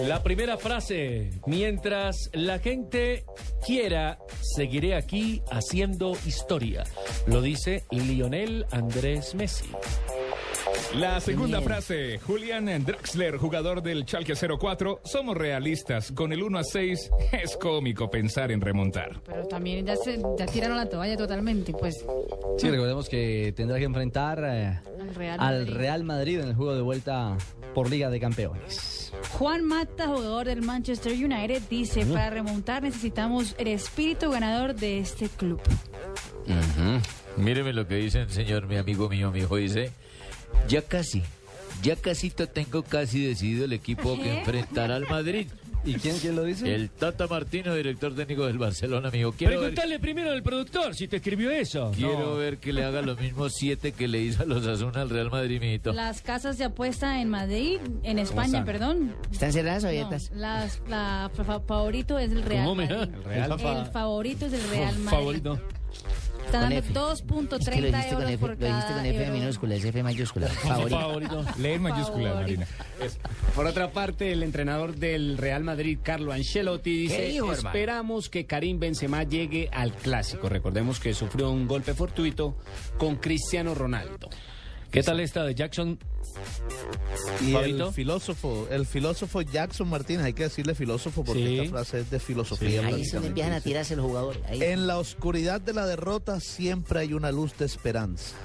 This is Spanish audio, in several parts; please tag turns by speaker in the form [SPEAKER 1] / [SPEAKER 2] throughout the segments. [SPEAKER 1] La primera frase, mientras la gente quiera, seguiré aquí haciendo historia. Lo dice Lionel Andrés Messi.
[SPEAKER 2] La segunda frase, Julian Draxler, jugador del Schalke 04, somos realistas, con el 1 a 6 es cómico pensar en remontar.
[SPEAKER 3] Pero también ya, se, ya tiraron la toalla totalmente, pues.
[SPEAKER 4] Sí, recordemos que tendrá que enfrentar eh,
[SPEAKER 3] Al Real.
[SPEAKER 4] al
[SPEAKER 3] Madrid.
[SPEAKER 4] Real Madrid en el juego de vuelta por Liga de Campeones.
[SPEAKER 3] Juan Mata, jugador del Manchester United, dice, para remontar necesitamos el espíritu ganador de este club.
[SPEAKER 5] Míreme lo que dice el señor, mi amigo mío, mi hijo dice, ya casi, ya casito tengo casi decidido el equipo que enfrentará al Madrid.
[SPEAKER 4] ¿Y quién, quién lo dice?
[SPEAKER 5] El Tata Martino, director técnico del Barcelona, amigo, quiero ver,
[SPEAKER 1] Pregúntale primero al productor si te escribió eso.
[SPEAKER 5] quiero ver que le haga los mismos siete que le hizo a los Asuna al Real Madrid, mijito.
[SPEAKER 3] Las casas de apuesta en Madrid, en España, perdón.
[SPEAKER 6] ¿Están cerradas o
[SPEAKER 3] No,
[SPEAKER 6] abiertas?
[SPEAKER 3] las, la fa- fa- favorito es el Real
[SPEAKER 1] ¿Cómo me
[SPEAKER 3] Madrid.
[SPEAKER 1] da?
[SPEAKER 3] El, favorito es el Real Madrid.
[SPEAKER 1] Favorito.
[SPEAKER 3] Están
[SPEAKER 6] Con F.
[SPEAKER 3] dando
[SPEAKER 6] Es que
[SPEAKER 3] 2.30
[SPEAKER 6] lo dijiste con
[SPEAKER 3] euros
[SPEAKER 6] F,
[SPEAKER 3] por
[SPEAKER 6] lo dijiste
[SPEAKER 3] cada
[SPEAKER 6] con F
[SPEAKER 3] euro.
[SPEAKER 6] minúscula, es F mayúscula. Favorito.
[SPEAKER 1] Favorito.
[SPEAKER 2] Lee en mayúsculas,
[SPEAKER 3] Favor.
[SPEAKER 2] Marina.
[SPEAKER 7] Por otra parte, el entrenador del Real Madrid, Carlo Ancelotti, dice,
[SPEAKER 6] dijo, hermano?
[SPEAKER 7] esperamos que Karim Benzema llegue al clásico. Recordemos que sufrió un golpe fortuito con Cristiano Ronaldo.
[SPEAKER 1] ¿Qué tal esta de Jackson?
[SPEAKER 8] Y
[SPEAKER 1] Fabito.
[SPEAKER 8] el filósofo, el filósofo Jackson Martínez, hay que decirle filósofo porque
[SPEAKER 1] Sí.
[SPEAKER 8] esta frase es de filosofía.
[SPEAKER 6] Ahí es
[SPEAKER 8] prácticamente,
[SPEAKER 6] donde empiezan a
[SPEAKER 8] sí.
[SPEAKER 6] tirarse los jugadores. Ahí.
[SPEAKER 8] En la oscuridad de la derrota siempre hay una luz de esperanza.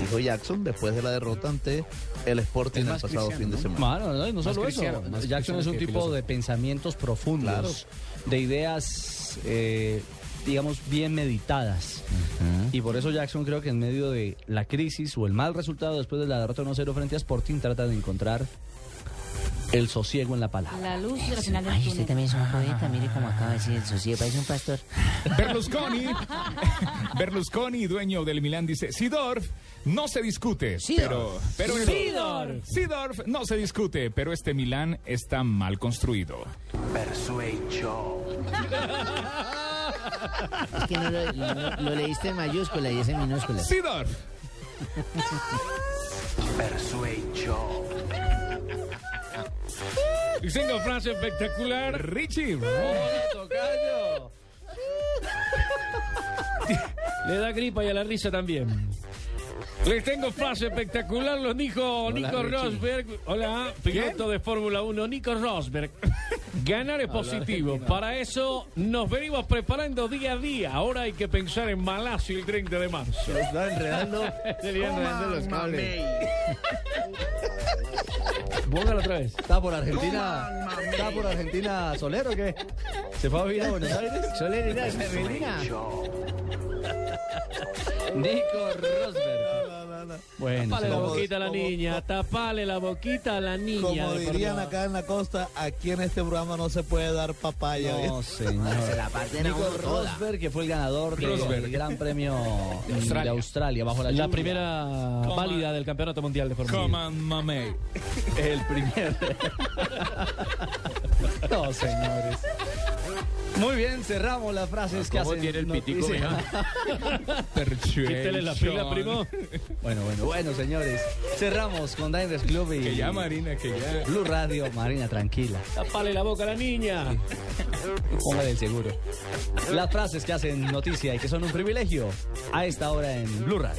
[SPEAKER 8] Dijo Jackson después de la derrota ante el Sporting
[SPEAKER 7] Es
[SPEAKER 8] el
[SPEAKER 7] más
[SPEAKER 8] pasado
[SPEAKER 7] cristiano,
[SPEAKER 8] fin de
[SPEAKER 7] ¿no?
[SPEAKER 8] semana.
[SPEAKER 4] Bueno, no, y no
[SPEAKER 7] Más
[SPEAKER 4] solo eso.
[SPEAKER 7] cristiano, más
[SPEAKER 4] Jackson
[SPEAKER 7] cristiano
[SPEAKER 4] es un
[SPEAKER 7] que
[SPEAKER 4] tipo
[SPEAKER 7] filósofo.
[SPEAKER 4] de pensamientos profundos, de ideas, eh, digamos, bien meditadas. Y por eso Jackson creo que en medio de la crisis o el mal resultado después de la derrota 1-0 frente a Sporting trata de encontrar el sosiego en la palabra.
[SPEAKER 3] La luz de la final del
[SPEAKER 6] Ay, usted
[SPEAKER 3] túnel.
[SPEAKER 6] también es un poeta, mire cómo acaba de decir el socio, parece un pastor.
[SPEAKER 2] Berlusconi, Berlusconi, dueño del Milán, dice, Sidorf no se discute, pero... pero
[SPEAKER 1] Seedorf.
[SPEAKER 2] Seedorf no se discute, pero este Milán está mal construido.
[SPEAKER 6] Es que no lo, lo- lo leíste en mayúscula y es en minúscula.
[SPEAKER 2] Sidorf.
[SPEAKER 1] Y tengo frase espectacular.
[SPEAKER 2] Richie.
[SPEAKER 1] Le da gripa y a la risa también. Les tengo frase espectacular, lo dijo Nico Rosberg. Hola, piloto de Fórmula 1, Nico Rosberg. Ganar es positivo. Para eso nos venimos preparando día a día. Ahora hay que pensar en Malasia el 30 de marzo.
[SPEAKER 8] Está enredando.
[SPEAKER 1] Póngalo otra vez.
[SPEAKER 4] ¿Está por Argentina? ¿Está por Argentina Soler o qué? ¿Se fue a vivir a Buenos Aires? Soler era Argentina. Nico Rosberg. Bueno,
[SPEAKER 1] Tapale
[SPEAKER 4] se
[SPEAKER 1] la
[SPEAKER 4] lo-
[SPEAKER 1] boquita a la
[SPEAKER 8] como-
[SPEAKER 1] niña. Tapale la boquita a la niña.
[SPEAKER 8] Como
[SPEAKER 1] de
[SPEAKER 8] dirían
[SPEAKER 1] Córdoba.
[SPEAKER 8] acá en la costa, aquí en este programa no se puede dar papaya.
[SPEAKER 4] No,
[SPEAKER 6] Se
[SPEAKER 4] señor.
[SPEAKER 6] la parten a
[SPEAKER 4] Nico
[SPEAKER 6] uno toda.
[SPEAKER 4] Rosberg, que fue el ganador del
[SPEAKER 2] Rosberg.
[SPEAKER 4] Gran Premio de Australia.
[SPEAKER 2] Australia.
[SPEAKER 4] bajo
[SPEAKER 1] La
[SPEAKER 4] la, lluvia.
[SPEAKER 1] primera válida del Campeonato Mundial de Fórmula 1.
[SPEAKER 2] Coman mame.
[SPEAKER 4] El primer. no, señores. Muy bien, cerramos las frases que
[SPEAKER 5] ¿Cómo
[SPEAKER 4] hacen
[SPEAKER 5] tiene el pitico,
[SPEAKER 4] noticia.
[SPEAKER 5] mija?
[SPEAKER 1] Quítale la pila, primo.
[SPEAKER 4] Bueno, bueno, bueno, señores. Cerramos con Diners Club y
[SPEAKER 2] Que ya, Marina, que ya.
[SPEAKER 4] Blue Radio. Marina, tranquila.
[SPEAKER 1] Tapale la boca a la niña.
[SPEAKER 4] Póngale el seguro. Las frases que hacen noticia y que son un privilegio a esta hora en Blue Radio.